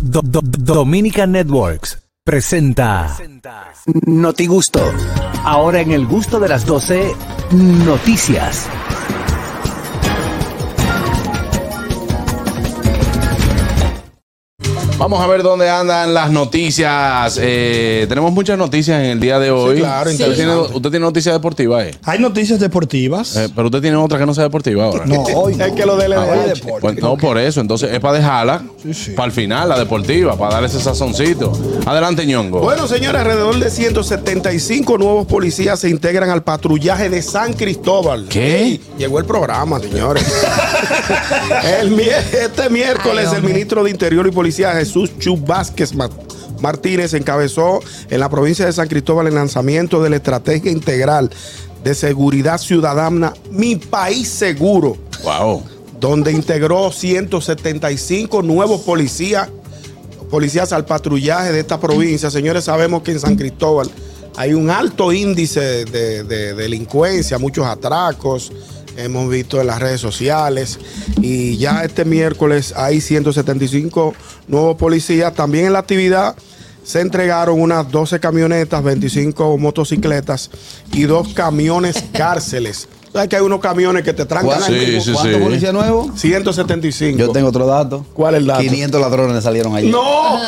Do- Do- Do- Dominica Networks presenta Noti Gusto. Ahora en el gusto de las 12, noticias. Vamos a ver dónde andan las noticias. Eh, tenemos muchas noticias en el día de hoy. claro, usted tiene, interesante. usted tiene noticias deportivas, eh. Hay noticias deportivas. Eh, Pero usted tiene otra que no sea deportiva ahora. no, hoy no. Es que lo de Ah, LDH. hoy es deporte. Pues no, por eso. Entonces es para dejarla sí. para el final, la deportiva, para darle ese sazoncito. Adelante, ñongo. Bueno, señores, alrededor de 175 nuevos policías se integran al patrullaje de San Cristóbal. ¿Qué? Llegó el programa, señores. El mi- este miércoles, el ministro de Interior y Policía, Jesús Chu Vázquez Ma- Martínez, encabezó en la provincia de San Cristóbal el lanzamiento de la estrategia integral de seguridad ciudadana Mi País Seguro. Wow. donde integró 175 nuevos policías, policías al patrullaje de esta provincia. Señores, sabemos que en San Cristóbal hay un alto índice de, de delincuencia, muchos atracos. Hemos visto en las redes sociales y ya este miércoles hay 175 nuevos policías. También en la actividad se entregaron unas 12 camionetas, 25 motocicletas y dos camiones cárceles. ¿Sabes que hay unos camiones que te trancan? ¿Cuántos Sí, ahí? sí, cuánto sí. policía nuevo? 175. Yo tengo otro dato. ¿Cuál es el dato? 500 ladrones salieron ayer. No,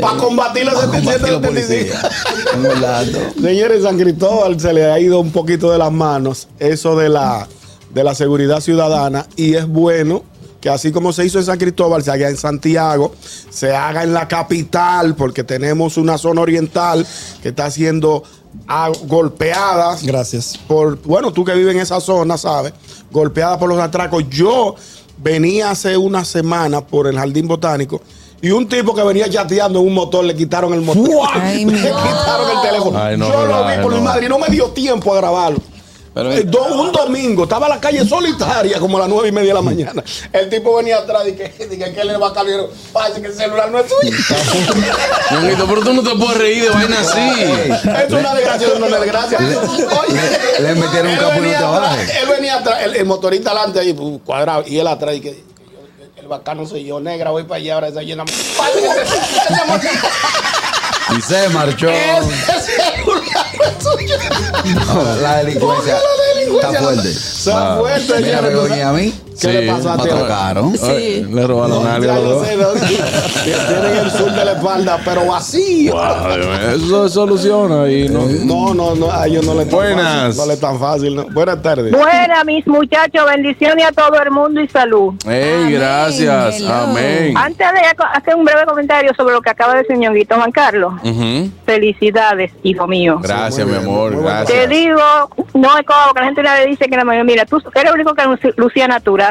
para combatir los Para Eh, combatir los 775. policías. Tengo el dato. Señores, San Cristóbal se le ha ido un poquito de las manos eso de la, de la seguridad ciudadana y es bueno que así como se hizo en San Cristóbal, se haga en Santiago, se haga en la capital, porque tenemos una zona oriental que está siendo ah, golpeada Gracias. por, bueno, tú que vives en esa zona, sabes, golpeada por los atracos. Yo venía hace una semana por el jardín botánico y un tipo que venía chateando en un motor le quitaron el motor. Ay, le mi Dios. quitaron el teléfono. Ay, no, Yo lo vi relaje, por mi no. madre y no me dio tiempo a grabarlo. Pero- Eh, do- un domingo, estaba en la calle solitaria como a las nueve y media de la mañana. El tipo venía atrás y que, y que, que le va a cambiar. Parece que el celular no es suyo. Ñonguito, pero tú no te puedes reír de vaina así. es una desgracia de una desgracia. Oye, le metieron un él capo en venía un atrás, tabaje. Él venía atrás, el, el motorista adelante ahí, uh, cuadrado, y él atrás, y que que yo- el bacano soy yo, negra, voy para allá, ahora esa llena. Padre, ese- Y se marchó. ese- ese celular es suyo. la delincuencia. Ojalá la delincuencia Está no- fuerte. Está fuerte, Mira, señores, Begoña y a mí. Ah, ¿Qué le pasó a Me ti? atracaron. Ay, Le robaron a alguien. Ya a los yo dos. sé, ¿no? Tienen el sur de la espalda, pero vacío. Wow, eso se soluciona y no. No, no, no, a ellos no le es tan Buenas. fácil. No le es tan fácil. no. Buenas tardes. Buenas, mis muchachos, bendiciones a todo el mundo y salud. Ey, Amén, gracias. hello. Amén. Ah, Antes de aco- hacer un breve comentario sobre lo que acaba de decir ñonguito Juan Carlos, Ujú. felicidades, hijo mío. Gracias, mi bien, amor. muy bueno. Te Gracias. digo, no es como que la gente una vez dice que la mayoría, mira, tú eres el único que luci- lucía natural.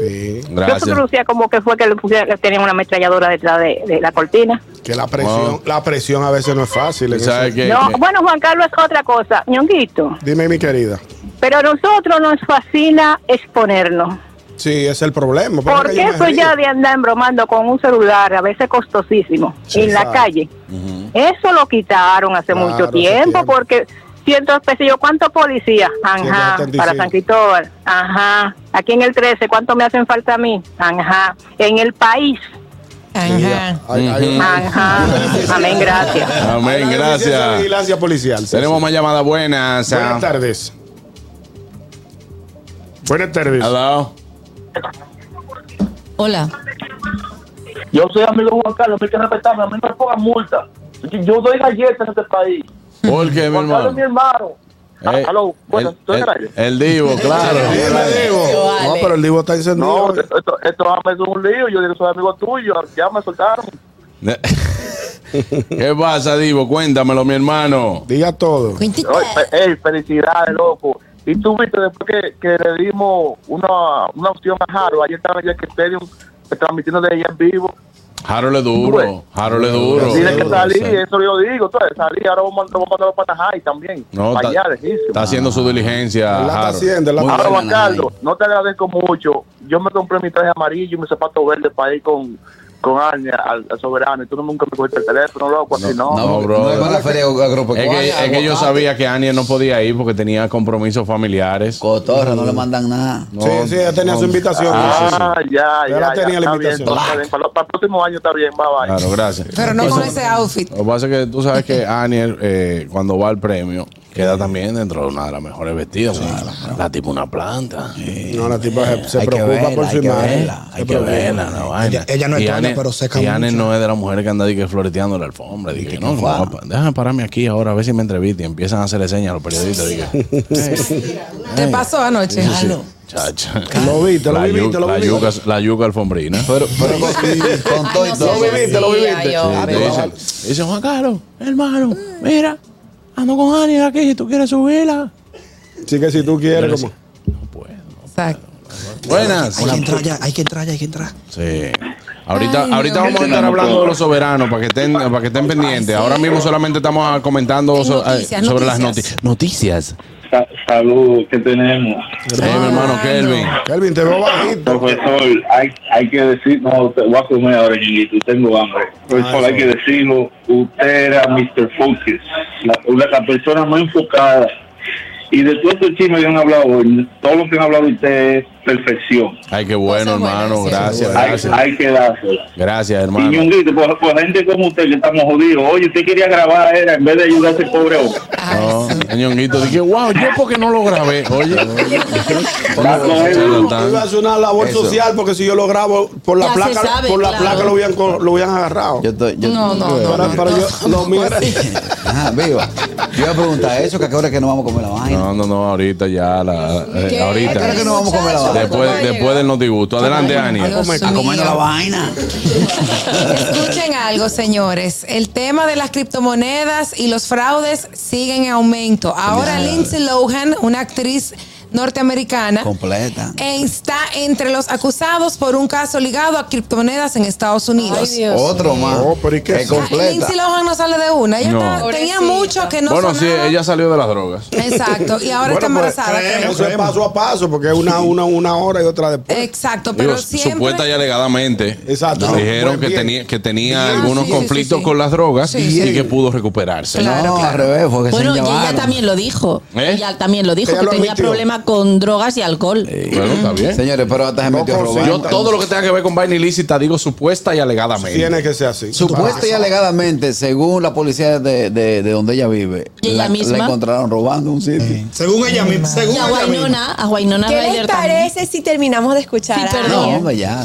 Sí, Yo solo Gracias. lucía como que fue que, le pusieron- que tenían una ametralladora detrás de, de la cortina. que la presión, Wow. la presión a veces no es fácil. en ¿Sabes eso. qué? No, qué? bueno, Juan Carlos es otra cosa, ñonguito. Dime, mi querida. Pero a nosotros nos fascina exponernos. Sí, ese es el problema. pero es Porque que yo me eso río. ya de andar embromando con un celular, a veces costosísimo, Sí, en la sabe. calle. Eso lo quitaron hace Claro, mucho hace tiempo, tiempo. porque cientos pesos. Yo, ¿cuántos policías? Ajá, 175. para San Cristóbal. Ajá. Aquí en el 13, ¿cuánto me hacen falta a mí? Ajá. En el país. Ajá. Ay, ay, ay. Ajá. Amén, gracias. Ay, Amén, la deficiencia de gracias. Vigilancia policial. sí, Tenemos sí. más ah. llamadas buenas. Buenas tardes. Buenas tardes. Hello. Hola. Yo soy amigo de Juan Carlos, hay que respetarme, a mí no me pongan multa. Yo, yo doy galletas en este país. ¿Por qué, mi Juan Carlos es mi hermano? hermano. Ah, Eh, aló, bueno, el- estoy en el el- aire. El Divo, claro. Dime, Divo. Vale. No, pero el Divo está encendido. No, esto, esto, esto es un lío, yo digo, soy amigo tuyo, ya me soltaron. ¿Qué pasa, Divo? Cuéntamelo, mi hermano. Diga todo. Cuéntita. Ay, fe- ey, felicidades, loco. Y tú viste, después que, que le dimos una, una opción a Jaro, ayer estaba en el Stadium eh, transmitiendo de ella en vivo. Járole duro. Járole duro. Tiene que salir, Sí. eso yo digo, tú sabes, salir, ahora vamos, a- vamos a mandar para Jai también. No, para allá, está, lejísimo. está haciendo su diligencia. Él la está Harold. haciendo, él la Muy Ahora, bien. Juan Carlos, no te agradezco mucho. Yo me compré mi traje amarillo y mi zapato verde para ir con, con Arne al, al soberano y tú nunca me cogiste el teléfono, loco, así no. No, bro. no es con la feria Es agropecuaria. que, es que yo Pues aguacate. sabía que Ania no podía ir porque tenía compromisos familiares. Cotorra, no le mandan nada. No, Sí, sí, ella tenía no. su invitación. Ah, ya, Ya ya. la tenía la está bien, invitación. está bien. Para, lo- para el próximo año está bien, bye bye. Claro, gracias. Pero no con ese outfit. Lo que pasa es que tú sabes que Aniel, eh, cuando va al premio, queda también dentro de una de las mejores vestidas. una de las- la tipo una planta. No, la tipa se- se Hay que preocupa verla, por hay su que imagen. verla. Hay que verla, la vaina. Ella- ella no es Y extraña, Ane- pero seca Y Ane mucho. no es de las mujeres que anda di que floreteando la alfombra. Dije, no, no, fa. pa- déjame pararme aquí ahora a ver si me entrevista. Y empiezan a hacerle señas a los periodistas. Dije, ¿Te pasó anoche? chacha. Lo viste, lo La viviste, yu- lo la viviste. yuca, la yuca alfombrina. Pero, pero con, con todo y todo. Lo viviste, lo viviste. Y te dicen- dicen, Juan Carlos, hermano, mira, ando con Aniel aquí si tú quieres subirla. Sí, que si tú quieres, como. Exacto. Buenas. Hay que entrar ya, hay que entrar ya, hay que entrar. Sí. Ahorita, Ay, ahorita no. vamos a estar hablando de los soberanos para que estén, para que estén pendientes. Ahora mismo solamente estamos ah, comentando Hay so- eh, noticias, sobre las noticias. noti- noticias. Sa- salud que tenemos. Eh, mi hermano Kelvin. Kelvin, te veo bajito. Profesor, hay, hay que decir, no, te voy a comer ahora, ñonguito, tengo hambre. Profesor, hay que decirlo, usted era Mr. Focus, la, una- la persona más enfocada. Y de todo este chisme que han hablado hoy, todo lo que han hablado de usted es perfección. Ay, qué bueno, Cosas buenas, hermano. sí. Gracias, Hay, gracias. hay que dársela. Gracias, Y hermano. ñonguito, por, por gente como usted que estamos jodidos, oye, usted quería grabar era en vez de ayudar a ese pobre hombre. Ah, No, sí. el ñonguito, dije, wow, yo porque no lo grabé. Oye, Está con él. Yo Iba a charlatán. hacer una labor Eso. social porque si yo lo grabo por la Ya se placa, sabe, por la claro. placa lo hubieran, co- lo hubieran agarrado. Yo estoy, yo, No, no, no. Para- no, para no. yo- lo mira. Ajá, viva. Yo iba a preguntar eso, que a qué hora es que no vamos a comer la vaina. No, no, no, ahorita ya, la, eh, ¿Qué? Creo que ahorita. no vamos a comer la vaina. Después, después del notigusto. Adelante, Ania. Dios A comernos la mío. vaina. Escuchen algo, señores. El tema de las criptomonedas y los fraudes siguen en aumento. Ahora Lindsay Lohan, una actriz norteamericana, Completa. está entre los acusados por un caso ligado a criptomonedas en Estados Unidos. Otro más. Oh, pero ¿y qué es es eso? completa. Lindsay Lohan no sale de una. Ella No. estaba- tenía Pobrecita. mucho que no Bueno, sí, sonaba. ella salió de las drogas. Exacto. Y ahora está Bueno, pues, embarazada. creo. Eso es paso a paso porque es una, una, una hora y otra después. Exacto, pero Digo, siempre. supuesta y alegadamente Exacto. No, dijeron pues, que bien. tenía, que tenía Bien. algunos Ah, Sí, sí, sí, conflictos sí. con las drogas Sí, y sí. que pudo recuperarse. Claro. no, al revés, porque Bueno, se y ella llevaron. también lo dijo. ¿Eh? Ella también lo dijo, Ella que lo tenía admitió. problemas con drogas y alcohol. Bueno, está bien. Señores, pero hasta se metió a Loco, robar. Yo todo lo que tenga que ver con vaina ilícita digo supuesta y alegadamente. Tiene que ser así. Supuesta y alegadamente, según la policía de, de, de donde ella vive, ¿Y ella la, misma? la encontraron robando un sitio. Según ella misma, según Y a ella misma. Guainona, a Guainona ¿Qué les Ryder también. parece si terminamos de escuchar? Sí, a- perdón. No, hombre, ya.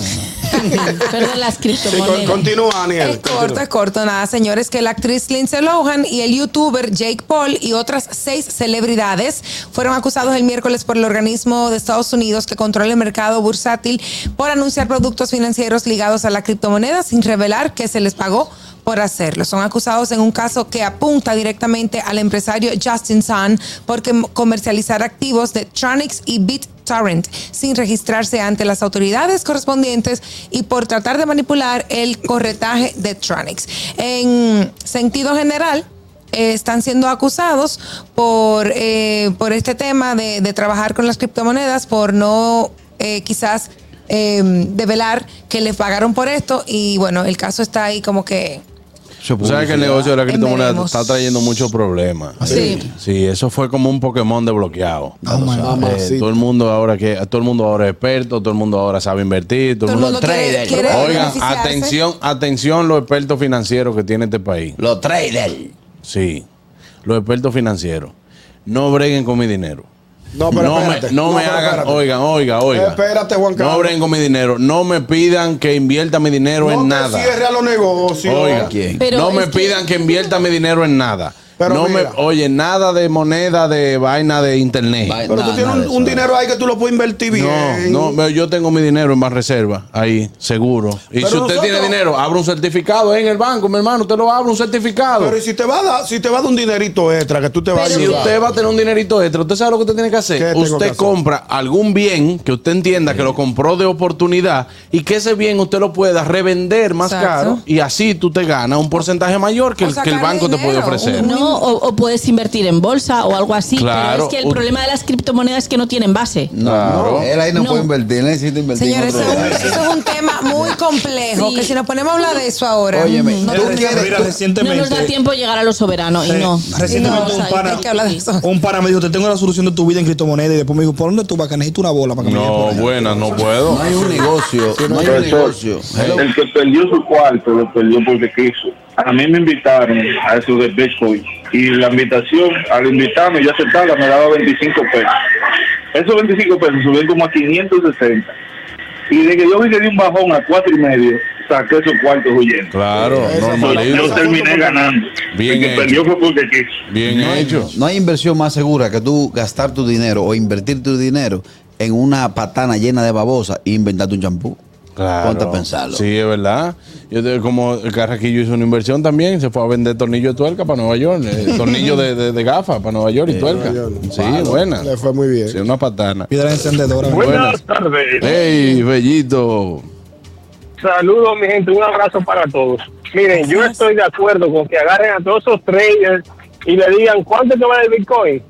Perdón, las Sí, con- criptomonedas. continúa, Daniel. Es corto, es corto, nada, señores, que la actriz Lindsay Lohan y el youtuber Jake Paul y otras seis celebridades fueron acusados el miércoles por el organismo de Estados Unidos que controla el mercado bursátil por anunciar productos financieros ligados a la criptomoneda sin revelar que se les pagó por hacerlo. Son acusados en un caso que apunta directamente al empresario Justin Sun porque comercializar activos de Tranix y BitTorrent sin registrarse ante las autoridades correspondientes y por tratar de manipular el corretaje de Tranix. En sentido general, eh, están siendo acusados por, eh, por este tema de, de trabajar con las criptomonedas, por no eh, quizás eh, develar que les pagaron por esto y bueno, el caso está ahí como que... Tú sabes que el negocio de la criptomoneda Veremos. está trayendo muchos problemas. Sí. Ah, Sí, eso fue como un Pokémon desbloqueado. No, no, no. Eh, todo el mundo ahora que todo el mundo ahora es experto, todo el mundo ahora sabe invertir, todo, el mundo. trader. Oigan, beneficiarse. atención, atención los expertos financieros que tiene este país. Los traders. Sí, los expertos financieros. No breguen con mi dinero. No, pero no me, espérate. no me pero hagan, espérate. oigan, oiga, oiga. Espérate, Juan Carlos. No breguen con mi dinero. No me pidan que invierta mi dinero No en te nada. cierre a los negocios. Oiga, ¿Quién? Pero no me es que- pidan que invierta mi dinero en nada. Pero no mira. me, oye, nada de moneda, de vaina de internet. Vaina. Pero Nada, tú tienes nada un, de un eso. dinero ahí que tú lo puedes invertir bien. No, no, pero yo tengo mi dinero en más reserva, ahí, seguro. Y Pero si usted tiene nosotros- dinero, abra un certificado en el banco, mi hermano, usted lo abre un certificado. Pero ¿y si te va a dar, si te va a dar un dinerito extra que tú te vas a si ayudar. usted va a tener un dinerito extra, usted sabe lo que usted tiene que ¿Qué hacer. tengo que Usted hacer? compra algún bien que usted entienda que lo compró de oportunidad y que ese bien usted lo pueda revender más Exacto. caro y así tú te ganas un porcentaje mayor que, O el, que el sacarle banco te puede dinero, ofrecer. un- No, No, o, o puedes invertir en bolsa o algo así. Claro. Pero es que el Ut- problema de las criptomonedas es que no tienen base. No, Claro. no, él ahí no, No. puede invertir, él necesita invertir. en Señores, otro eso es, un, lugar. eso es un tema muy complejo, que si nos ponemos a hablar de eso ahora, Óyeme, no tú tenemos- quieres- Mira, tú- No recientemente. nos da tiempo llegar a lo soberano. Sí. Y no. Recientemente No, un o sea, pana- hay que hablar de eso. Un pana me dijo, te tengo la solución de tu vida en criptomonedas. Y después me dijo, ¿por dónde tú vas? Que necesito una bola para que me lleves por No, allá". buena, no puedo. No hay un negocio, no hay un negocio. Hello. El que perdió su cuarto lo perdió porque quiso. A mí me invitaron a eso de Bitcoin y la invitación, al invitarme, yo aceptaba, me daba 25 pesos. Esos 25 pesos subieron como a 560. Y de que yo vi que di un bajón a cuatro y medio, saqué esos cuartos huyendo. Claro, Yo normalito. terminé ganando. Bien el que hecho. perdió fue porque quiso. Bien No hay- hecho. No hay inversión más segura que tú gastar tu dinero o invertir tu dinero en una patana llena de babosa e inventarte un champú. Claro. Ponte a pensarlo. Sí, es verdad. Yo te- como el Carraquillo hizo una inversión también, se fue a vender tornillos de tuerca para Nueva York, eh, tornillos de, de, de gafas para Nueva York y tuerca. Sí, buena. Le fue muy bien. Sí, una patana. Piedra encendedora. Bueno. Buenas tardes. ¡Ey, bellito! Saludos, mi gente. Un abrazo para todos. Miren, yo estoy de acuerdo con que agarren a todos esos traders y le digan cuánto te vale el Bitcoin.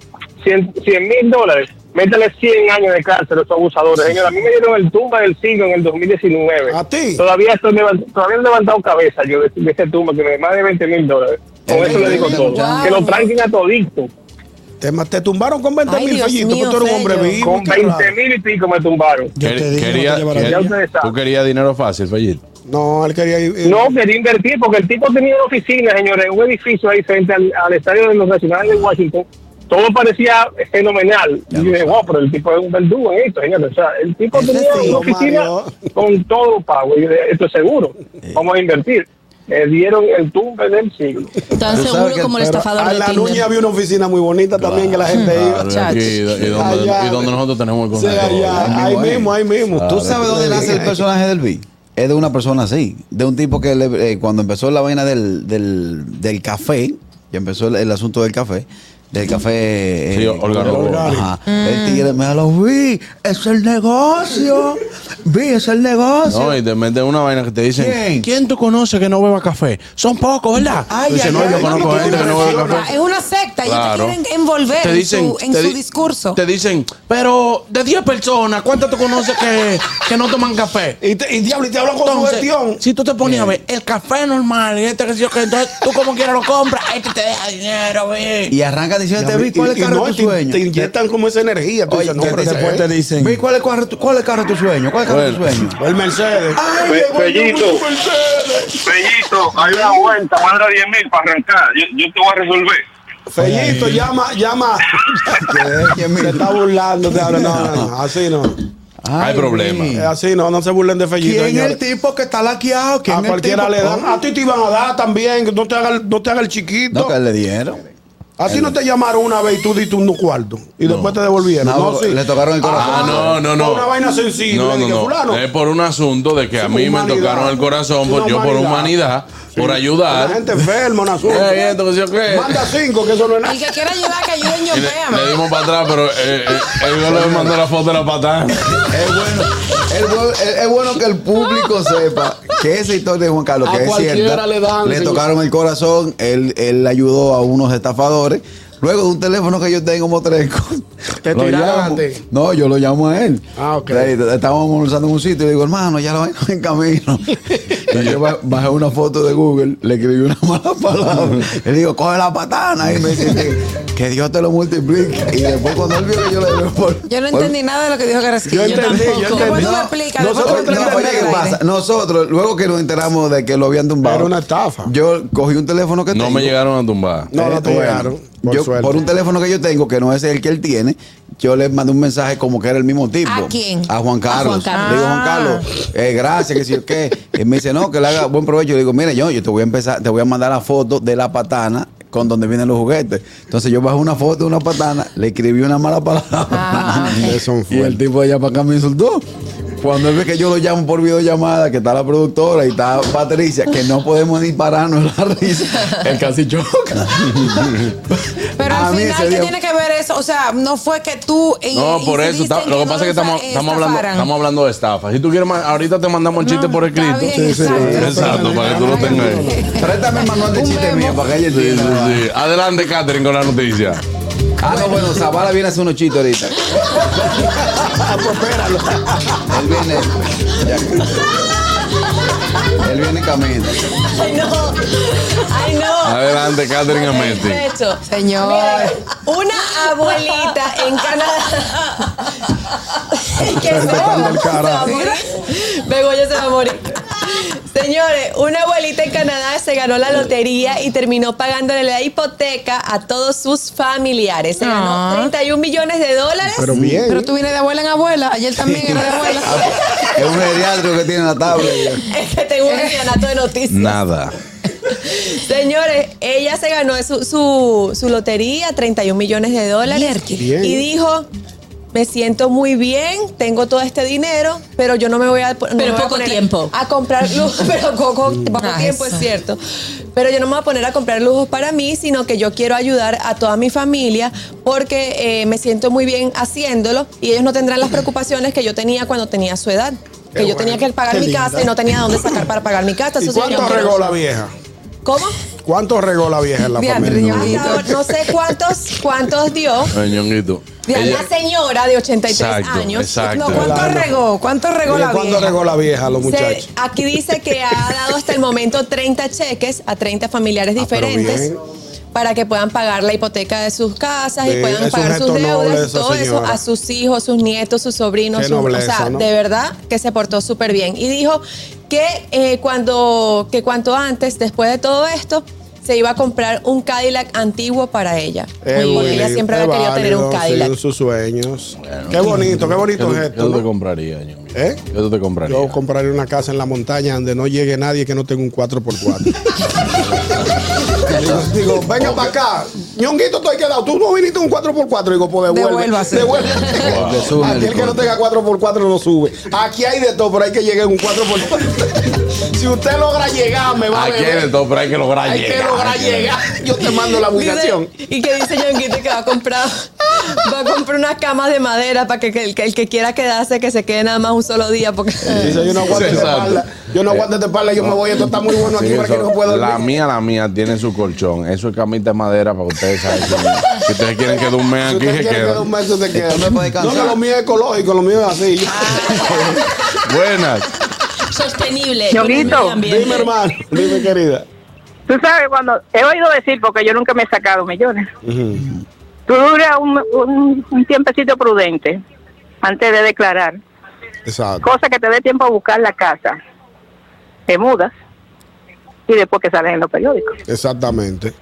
100 mil dólares. Métale 100 años de cárcel a esos abusadores. Señor, a mí me dieron el tumba del siglo en el 2019. ¿A ti? Todavía estoy levant- todavía no he levantado cabeza yo de, de ese tumba que me más de 20 mil dólares. Con Eh, eso le digo eh, todo. wow. Que lo tranquen a todito. Te, ma- te tumbaron con 20 Ay, mil Dios fallitos, mío, que tú eres un hombre Fello. vivo. Con qué raro. 20 mil y pico me tumbaron. Yo te dije, no te quería- llevarás. quería- Ya ustedes saben. tú querías dinero fácil, bellito. No, él quería ir. No, quería invertir porque el tipo tenía una oficina, señores, en un edificio ahí frente al, al estadio de los Nacionales de Washington. Todo parecía fenomenal. Ya lo y yo dije, sabe. wow, pero el tipo es un verdugo en esto, señores. O sea, el tipo Ese tenía sí, una oficina Mario. con todo pago. Y yo dije, esto es seguro, vamos a invertir. Le dieron el tumbe del siglo. Tan Tú sabes seguro que- como el pero estafador A de la Nuña Tinder. había una oficina muy bonita también que la gente iba. Claro, aquí, y, y donde, Allá. y donde nosotros tenemos el Sí, control. allá, ahí Ahí mismo, mismo, ahí mismo. ¿Tú sabes dónde nace el personaje del B? Es de una persona así, de un tipo que le- eh, cuando empezó la vaina del, del, del café, que empezó el, el asunto del café, del café... eh, Sí, orgánico. Ajá. El tigre me dijo, vi, es el negocio, vi, es el negocio. No, y te meten una vaina que te dicen: ¿Quién? tú conoces que no beba café? Son pocos, ¿verdad? Ay, Tú dices, ay, no, ay, yo ay, conozco no, gente que no bebe no, café. Es una secta, Claro. ellos te quieren envolver Te dicen- en su, en te su di- discurso. Te dicen, pero de 10 personas, ¿cuántas tú conoces que, que no toman café? Y, te- y diablo, y te hablan con su Entonces, gestión. si tú te pones a ver el café normal y este que sé yo qué, entonces tú como quieras lo compras, este te deja dinero, ve. Y arranca diciéndote, vi, ¿cuál es el carro de tu te, sueño? te inyectan como esa energía. Tú Oye, dices, no, te- pero ese Después te es dicen, Vi, ¿cuál es el carro de tu- cuál es el carro de tu sueño? ¿Cuál es el carro de tu sueño? el Mercedes. Ay, Fe- llegó el Fellito. nuevo Mercedes. Bellito, hay una vuelta, manda 10 mil para arrancar. Yo, te voy a resolver. Fellito, llama, llama. se está burlando, te habla. No, no, no, así no. Hay Ay, problema. vi. Eh, Así no, no se burlen de Fellito. ¿Quién es señores. el tipo que está laqueado? ¿Quién A es el cualquiera tipo? le dan. A ti te iban a dar también. que No te haga el, no te haga el chiquito. No, que le dieron. Así no te llamaron una vez y tú diste un cuarto. Y después te devolvieron. No, No, sí. le tocaron el corazón. Ah, no, no, no. Por una vaina sensible, No, de no, que no. fulano. Es por un asunto de que a Sí, mí me humanidad. tocaron el corazón, por, Una yo por humanidad. humanidad, por ayudar. La gente enferma, una Eh, eh, suerte. entonces, ¿qué? Manda cinco, que eso no es El nada. que quiera ayudar, que ayuden yo Y le, le vea. dimos para atrás, pero eh, eh, él no le mandó la foto de la patana. Es bueno, es, bueno, es- es bueno que el público sepa que esa historia de Juan Carlos, A que es cualquiera cierta, le dan, señor. tocaron el corazón, él, él ayudó a unos estafadores. Luego de un teléfono que yo tengo como tres, Te lo tiraron a llamo. ti. No, yo lo llamo a él. Ah, ok. Ahí, Estábamos almorzando en un sitio y le digo, hermano, ya lo vaina va en camino. Entonces yo ba- bajé una foto de Google, le escribí una mala palabra. Y le digo, coge la patana. Y me dice, que, que Dios te lo multiplique. Y después cuando él vio que yo le digo, por- Yo no por- entendí nada de lo que dijo Carrasquillo. Yo entendí, yo tampoco. Después entendí. tú me No, explicas, después tú Nosotros, me explicas no, oye, fuera ¿qué del pasa? aire. Nosotros, luego que nos enteramos de que lo habían tumbado. Era una estafa. Yo cogí un teléfono que No tengo. me llegaron a tumbar. No, no te Bueno, llegaron. Eh, Por yo, suerte. por un teléfono que yo tengo, que no es el que él tiene, yo le mandé un mensaje como que era el mismo tipo. ¿A Ah. quién? A Juan Juan Carlos. Carlos. Le digo, Juan Carlos, eh, gracias, que si yo qué. Él me dice, no, que le haga buen provecho. Yo le digo, mire, yo, yo te voy a empezar, te voy a mandar la foto de la patana con donde vienen los juguetes. Entonces yo bajé una foto de una patana, le escribí una mala palabra. Ah, ok. Son Y el fuertes. tipo de allá para acá me insultó. Cuando él ve que yo lo llamo por videollamada, que está la productora y está Patricia, que no podemos ni pararnos la risa, él casi choca. Pero A Ah, al mí ese final, ¿qué día- tiene que ver eso? O sea, no fue que tú. eh, No, por eso. incidiste está- en lo que no pasa es que los estamos, estamos, hablando, estafaran. estamos hablando de estafa. Si tú quieres, ma- ahorita te mandamos el chiste por escrito. bien, Sí, sí, exacto. exacto. Exacto, para que tú lo tengas ahí. Préstame el manual de chiste mío para que ella Sí, sí, entienda. sí. Adelante, Catherine, con la noticia. Ah, no, bueno, Zavala viene a hacer unos chistes ahorita. Él viene. ya. Él viene en camino. Ay, no. Ay, no. Adelante, Catherine Amesti. Perfecto. Señor. Miren, Una abuelita en Canadá. que se Respetando el se va a cara. morir. Begoña se va a morir. Señores, una abuelita en Canadá se ganó la lotería y terminó pagándole la hipoteca a todos sus familiares. Se ganó Ah. 31 millones de dólares. Pero bien. Pero tú vienes de abuela en abuela. Ayer también era de abuela. Es un geriátrico que tiene en la tabla. Es que tengo un Eh. campeonato de noticias. Nada. Señores, ella se ganó su, su- su lotería, 31 millones de dólares. Bien. Y dijo, me siento muy bien, tengo todo este dinero, pero yo no me voy a... po- no me voy a poco poner tiempo. A comprar lujos, pero poco, Mm. poco Ah, tiempo eso. es cierto. Pero yo no me voy a poner a comprar lujos para mí, sino que yo quiero ayudar a toda mi familia porque eh, me siento muy bien haciéndolo y ellos no tendrán las preocupaciones que yo tenía cuando tenía su edad. Que Qué yo tenía bueno. que pagar Qué mi linda. casa y no tenía dónde sacar para pagar mi casa. ¿Y Eso sería cuánto horroroso. regó la vieja? ¿Cómo? ¿Cuánto regó la vieja en la Diantre, familia? Hasta ahora no sé cuántos, cuántos dio. Ay, Ñonguito. De Ella- la señora de 83 Exacto, años. exacto. No, ¿cuánto Claro. regó? ¿Cuánto regó la ¿Cuánto vieja? regó la vieja a los Se- muchachos? aquí dice que ha dado hasta el momento 30 cheques a 30 familiares Ah, pero diferentes bien. para que puedan pagar la hipoteca de sus casas y Bien, es puedan un pagar sus gesto deudas noble y esa todo eso señora. a sus hijos, sus nietos, sus sobrinos. Qué sus- o nobleza, sea, ¿no? de verdad que se portó súper bien. Y dijo que eh, cuando que cuanto antes, después de todo esto, se iba a comprar un Cadillac antiguo para ella. Es porque ella válido, siempre había es querido tener un válido, Cadillac. sí, sus sueños. qué bonito, qué bonito ¿Qué tú- gesto, ¿Qué tú ¿no? te comprarías, Ñonguito? ¿Eh? ¿Qué tú te comprarías? Yo compraré una casa en la montaña donde no llegue nadie que no tenga un 4x4. digo, digo, venga para acá. Ñonguito, estoy quedado. Tú no viniste un 4x4. Digo, pues devuelve. Devuélvase. devuélvete. Wow. Le sube el Aquel que no corte. tenga 4x4 no sube. Aquí hay de todo, pero hay que llegar en un 4x4. si usted logra llegar, me va a Aquí beber. hay de todo, pero hay que lograr Hay que llegar. lograr llegar. Yo te mando la Dice- ubicación. y que dice Yonguito que va a comprar va a comprar unas camas de madera para que, que el, que el que quiera quedarse que se quede nada más un solo día porque Dice, yo no aguanto Sí, esta exacto. Eh, espalda. Yo no aguanto esta espalda. Yo me voy. Esto está muy bueno Sí, aquí para que eso- no pueda la dormir. mía, la mía, tiene su colchón. Eso es camita de madera para que ustedes saben. Si, si ustedes quieren que duermen Si aquí, usted se quiere que dos quedan. meses se queda. no puede No, que cansar. lo mío es ecológico, lo mío es así. Buenas. Sostenible. Ñonguito. con el medio ambiente. Dime, hermano. Dime, querida. Tú sabes, cuando he oído decir, porque yo nunca me he sacado millones, tú duras un, un- un tiempecito prudente antes de declarar, Exacto. cosa que te dé tiempo a buscar la casa. Te mudas y después que sales en los periódicos. Exactamente.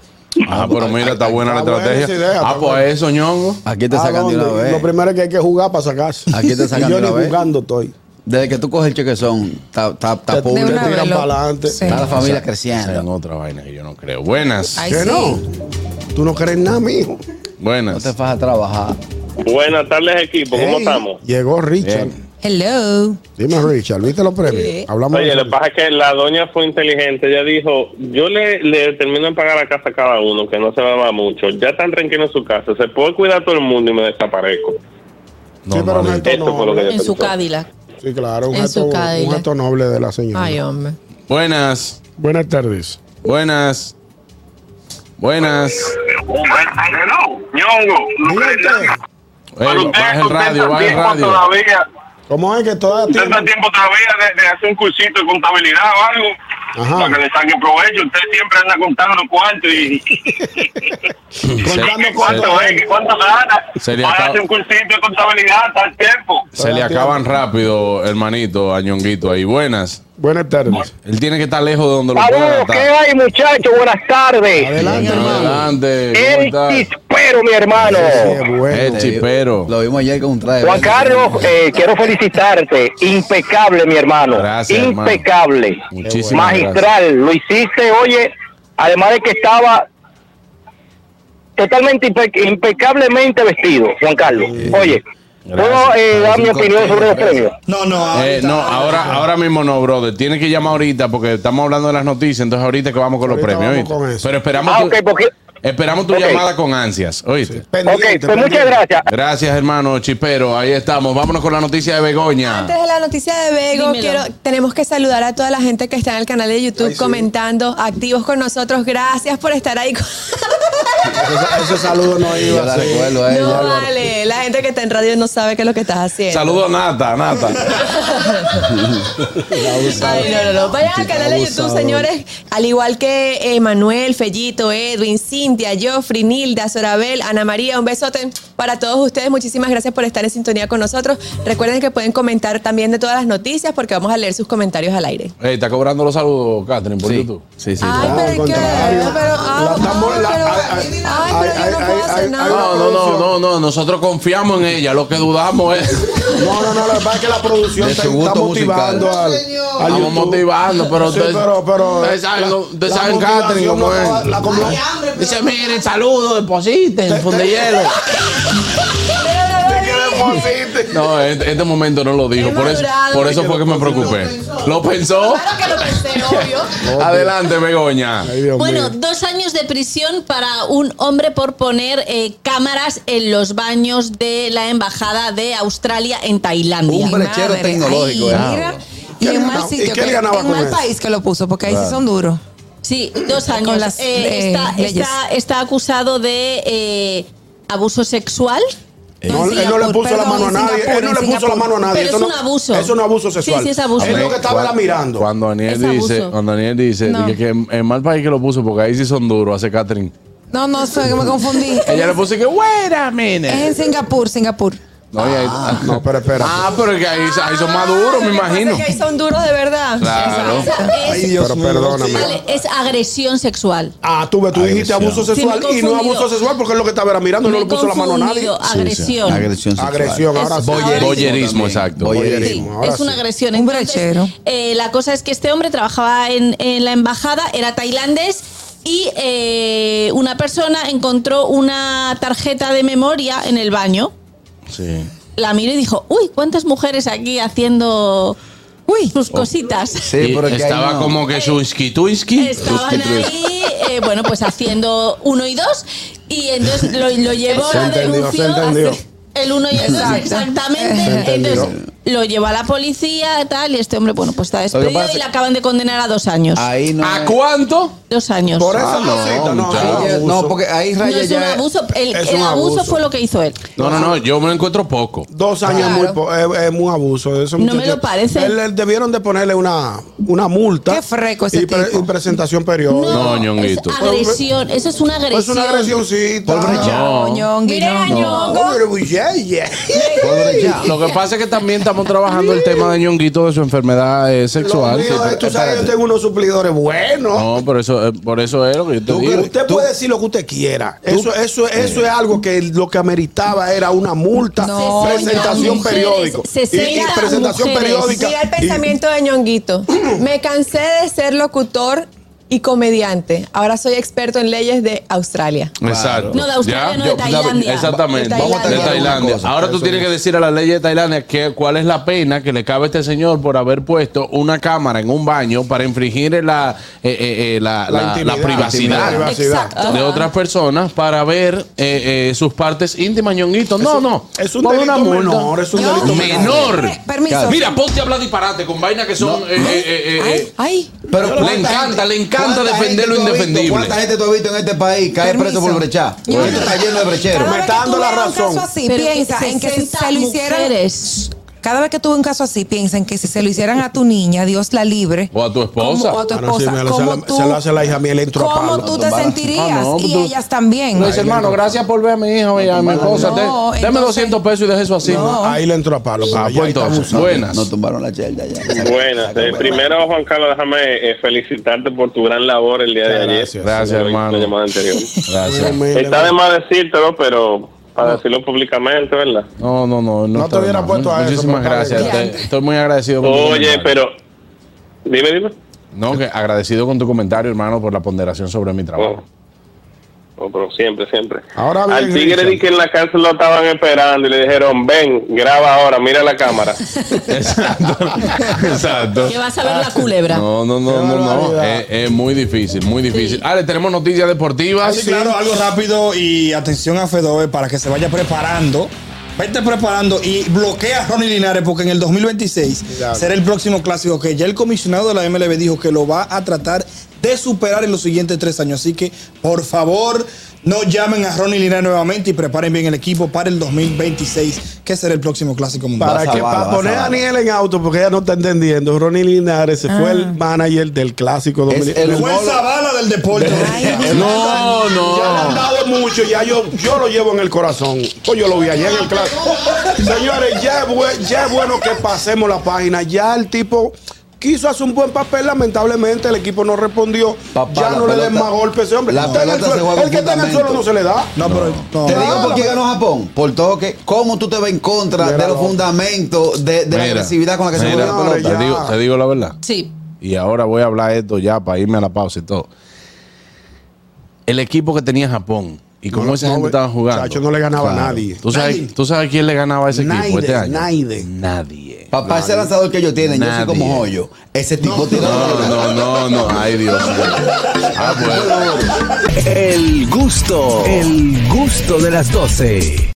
Ah, pero mira, está buena la Está buena estrategia. esa idea, ah, está pues buena. eso, ñongo. Aquí te ¿A sacan de una dónde? Lo vez. primero es que hay que jugar para sacarse. Aquí te sacan Y yo de una ni vez. jugando estoy. Desde que tú coges el chequezón, está Te, una público. te vez, tiran lo- para adelante. Sí. Está la familia Esa es creciendo. otra vaina que yo no creo. Buenas. Ay, ¿Qué sí. no? Tú no crees nada, mijo. No Buenas. te vas a trabajar. Buenas tardes, equipo. ¿Cómo Ey, estamos? Llegó Richard. Hello. Dime, Richard, ¿viste los premios? Sí. Hablamos Oye, de lo que pasa es que la doña fue inteligente. Ella dijo, yo le, le termino de pagar la casa a cada uno, que no se me va mucho. Ya están tranquilos en su casa. Se puede cuidar todo el mundo y me desaparezco. Sí, pero no, Normalito. esto Eso fue lo noble. que ella En su pensó. Cadillac. Sí, claro, un en su gesto, un cadena. gesto noble de la señora. oh. ay hombre Buenas. Buenas tardes. Buenas. Buenas. Ñongo, Dígate, Ey, baja el radio, baja el radio. todavía. ¿cómo es que toda Usted está a tiempo todavía de, de hacer un cursito de contabilidad o algo Ajá. para que le saquen provecho. Usted siempre anda contando cuánto y contando y cuánto? cuánto es, cuánto gana. Sería para ca- hacer un cursito de contabilidad está el tiempo. Se le acaban rápido, hermanito, a ñonguito ahí. Buenas. Buenas tardes. Él tiene que estar lejos de donde lo puedan atar. hay, muchachos? Buenas tardes. Adelante, hermano. Adelante. ¿Cómo estás? Eh, Chispero, mi hermano. Sí, bueno. El chipero. Lo vimos ayer con un traje. Juan verde. Carlos, eh, quiero felicitarte. Impecable, mi hermano. Gracias, hermano. Impecable. Muchísimas gracias. Magistral. Lo hiciste, oye, además de que estaba totalmente impe- impecablemente vestido, Juan Carlos. Oye, ¿Puedo eh, dar mi opinión sobre los premios? No, no, ah, Eh, no, ahora, ahora mismo no, brother. Tiene que llamar ahorita porque estamos hablando de las noticias. Entonces, ahorita es que vamos con los premios. vamos ¿oíste? con eso. Pero esperamos, Ah, tu, ok, pues. porque... esperamos tu Ok. llamada con ansias. ¿Oíste? Ok, pues muchas gracias. Gracias, hermano Chipero. Ahí estamos. Vámonos con la noticia de Begoña. Antes de la noticia de Bego, Dímelo. quiero, tenemos que saludar a toda la gente que está en el canal de YouTube comentando, activos con nosotros. Gracias por estar ahí. con- Ese saludo no Yo iba la a ser. recuerdo a no ella. vale, la gente que está en radio no sabe qué es lo que estás haciendo. Saludos, Nata, Nata. Ay, no, no, no. Vayan al Chica canal de YouTube, abusadora. señores. Al igual que eh, Manuel, Fellito, Edwin, Cintia, Joffrey, Nilda, Sorabel, Ana María, un besote para todos ustedes. Muchísimas gracias por estar en sintonía con nosotros. Recuerden que pueden comentar también de todas las noticias porque vamos a leer sus comentarios al aire. Ey, está cobrando los saludos, Catherine, por Sí, YouTube. sí, sí. claro. Ay, pero al pero ¿qué? contrario. Pero, ah, La estamos- la- pero- ay, ay, ay, pero yo no ay, puedo ay, hacer ay, nada. ay, No, no, no, no, no. Nosotros confiamos en ella. Lo que dudamos es. No, no, no, lo que pasa es que la producción De está, su está gusto musical. motivando al, al Estamos YouTube. motivando, pero Sí, ustedes- pero, pero eh, ustedes saben, no- ustedes la saben, motivación Catherine, cómo no es. la- la- como- Dice, miren, saludos, depositen, funde hielo. No, este, este momento no lo dijo. He Por eso, madurado. por eso fue que me preocupé. Lo pensó. Claro que lo pensé, obvio. Adelante, Begoña. Ay, Dios Bueno, mío. dos años de prisión para un hombre por poner eh, cámaras en los baños de la embajada de Australia en Tailandia. Un brechero Madre, tecnológico. ay, eh. mira, ¿Qué y le en mal ganaba- y sitio, qué le que- ganaba en con mal eso? país que lo puso, porque ahí sí son duros. Sí, dos años. Con las, Eh, eh, está, leyes. está- está acusado de eh, abuso sexual. No, En él no le Singapur, puso la perdón, mano a en nadie. Singapur, Él no en le puso la Singapur. mano a nadie. Pero Eso es un no- abuso. Eso es un abuso Sí, sexual. sí, es abuso. Es lo que estaba era mirando. Cuando Daniel Es dice, abuso. cuando Daniel dice, No. dije que en mal país que lo puso, porque ahí sí son duros, hace Catherine. No, no, fue que me confundí. Ella le puso que, wait a Es minute". en Singapur, Singapur. No, y ahí- No, pero espera. Ah, pero que ahí, ahí son más duros, me imagino. Ah, Que ahí son duros de verdad. Claro. Es, Dios pero mío. perdóname. vale, es agresión sexual. Ah, tú, ves, tú dijiste abuso Sí, me he sexual y no confundido. abuso sexual porque es lo que estaba era mirando. Me No he le puso la mano a nadie. confundido. Agresión. Agresión sexual. Agresión, ahora Es- sí. Voy- Boyerismo, También. exacto. Voyerismo. Sí, ahora es una sí. agresión. Un brechero. eh, la cosa es que este hombre trabajaba en, en la embajada, era tailandés y eh, una persona encontró una tarjeta de memoria en el baño. Sí. La miró y dijo, uy, ¿cuántas mujeres aquí haciendo sus Oh. cositas? Sí, Y pero que ahí estaba no. como que su tuiski. Estaban ahí, eh, bueno, pues haciendo uno y dos y entonces lo, lo llevó Se la entendió, denunció se entendió. a hacer el uno y el dos, Exacto. Se exactamente. entendió. Entonces eh, lo llevó a la policía tal y este hombre, bueno, pues está despedido pasa y le es- acaban de condenar a dos años. Ahí no. ¿A es- cuánto? Dos años. Por no eso no, no, no, muchacho. no, Ahí es- abuso. No, porque ahí Raya es un ya. abuso, el, es el un abuso, abuso. fue lo que hizo él. No, no, no, yo me lo encuentro poco. Dos años Claro. muy po- es, es muy abuso. Eso, No muchacho. me lo parece. Él- él debieron de ponerle una, una multa. Qué freco ese y, pre- tipo. y presentación periódica. No, es ñonguito. agresión, eso es una agresión. Es una agresióncita. Por brechar. No. Ñongui, Miren a no. Ñongo. Hombre, bulleye. Lo que pasa es que también estamos trabajando el tema de ñonguito de su enfermedad eh, Lo sexual. mío es, Tú sabes, yo tengo unos suplidores buenos. No, por eso, eh, por eso es lo que yo te digo. usted puede decir lo que usted quiera. Eso, eso, eso es algo que lo que ameritaba era una multa, No, presentación no, periódica. mujeres, Y- y 60 presentación mujeres. periódica. Mira el Y- pensamiento de ñonguito. Me cansé de ser locutor y comediante. Ahora soy experto en leyes de Australia. Exacto. No, de Australia, ¿Ya? no, de Yo- Tailandia. Exactamente. De Vamos a de Tailandia. Tailandia. Una cosa, Ahora tú eso tienes que decir a la ley de Tailandia que, cuál es la pena que le cabe a este señor por haber puesto una cámara en un baño para infringir la, eh, eh, eh, la, la- la intimidad. privacidad. La privacidad. Exacto. de otras personas para ver eh, eh, sus partes íntimas, ñonguito. No, no. Es un Pon delito una multa. menor, es un Yo- delito Menor. Siempre- Permiso. Mira, ponte a hablar disparate con vainas que son. eh, eh, eh, eh, eh. Ay, Pero le ¿cuánta encanta, gente- le encanta cuánta defender gente lo tú has visto? indefendible. ¿Cuánta gente tú has visto en este país caer Permiso. preso por brechar? Yo- Esto está lleno de brecheros. Cada Me vez está que dando tú la veas un razón. caso así, Pero piensa en que si 60 se lo hicieran. mujeres. Cada vez que tuve un caso así, piensa en que si se lo hicieran a tu niña, Dios la libre. O a tu esposa. Como- o a tu Ah, no, sí, esposa. me la- se ¿Cómo la- tú, se la hace la hija mía, le entró a ¿Cómo palo. tú te sentirías? Ah, no, pues y tú- ellas también. Le dice, Pues, hermano, gracias por ver a mi hija y a mi esposa. no, Deme entonces- 200 pesos y deje eso así. No. Ahí le entró a palo. Ah, porque ya pues está entonces, abusando. buenas. Nos tumbaron la chelda ya. Buenas. Eh, primero, Juan Carlos, déjame eh, felicitarte por tu gran labor el día de ayer. Gracias. Gracias, En la- hermano. La llamada anterior. Gracias. Está de más decírtelo, pero para decirlo públicamente, ¿verdad? No, no, no. No está te hubiera mal. puesto a eso, Muchísimas papá, gracias. ya. Te- estoy muy agradecido con tu Oye, comentario. pero. Dime, dime. No, que agradecido con tu comentario, hermano, por la ponderación sobre mi trabajo. Oh. No, pero siempre, siempre. Ahora bien, Al tigre Richard. di que en la cárcel lo estaban esperando y le dijeron, ven, graba ahora, mira la cámara. Exacto. Que vas a ver la culebra. No, no, no, no, no. Es, es muy difícil, muy difícil. Ale, tenemos noticias deportivas. Ah, Sí, claro, algo rápido y atención a Fedove para que se vaya preparando. Vete preparando y bloquea a Ronnie Linares porque en el 2026 será el próximo clásico que ya el comisionado de la MLB dijo que lo va a tratar de superar en los siguientes tres años. Así que, por favor, no llamen a Ronnie Linares nuevamente y preparen bien el equipo para el 2026, que será el próximo clásico mundial. Para, que, para poner a Aniel en auto, porque ella no está entendiendo, Ronnie Linares se fue Ah. el manager del clásico dominicano. Fue el Zavala del deporte. No, no. Ya le han dado mucho, ya yo, yo lo llevo en el corazón. Pues yo lo vi ayer en el clásico. Señores, ya es, bue- ya es bueno que pasemos la página. Ya el tipo quiso hacer un buen papel, lamentablemente el equipo no respondió. ya la no le den pelota- más golpes a ese hombre. la Está en el pelota se suelo. juega el que está en el suelo no se le da. No, pero. Te digo por qué ganó Japón. Por toque. ¿Cómo tú te vas en contra de los fundamentos de, de la Mira, agresividad con la que se mira, juega la pelota? Te digo, te digo la verdad. Sí. Y ahora voy a hablar esto ya para irme a la pausa y todo. El equipo que tenía Japón y cómo No, esa no, gente ve- estaba jugando. Chacho, no le ganaba a nadie. ¿Tú sabes, Nadie. ¿Tú sabes quién le ganaba a ese equipo este año? Naide. Nadie. Papá, ese lanzador que ellos tienen, yo soy como Nadie. hoyo. Ese tipo tira. No, no, no, no. Ay, Dios mío. Ah, bueno. El gusto, el gusto de las 12.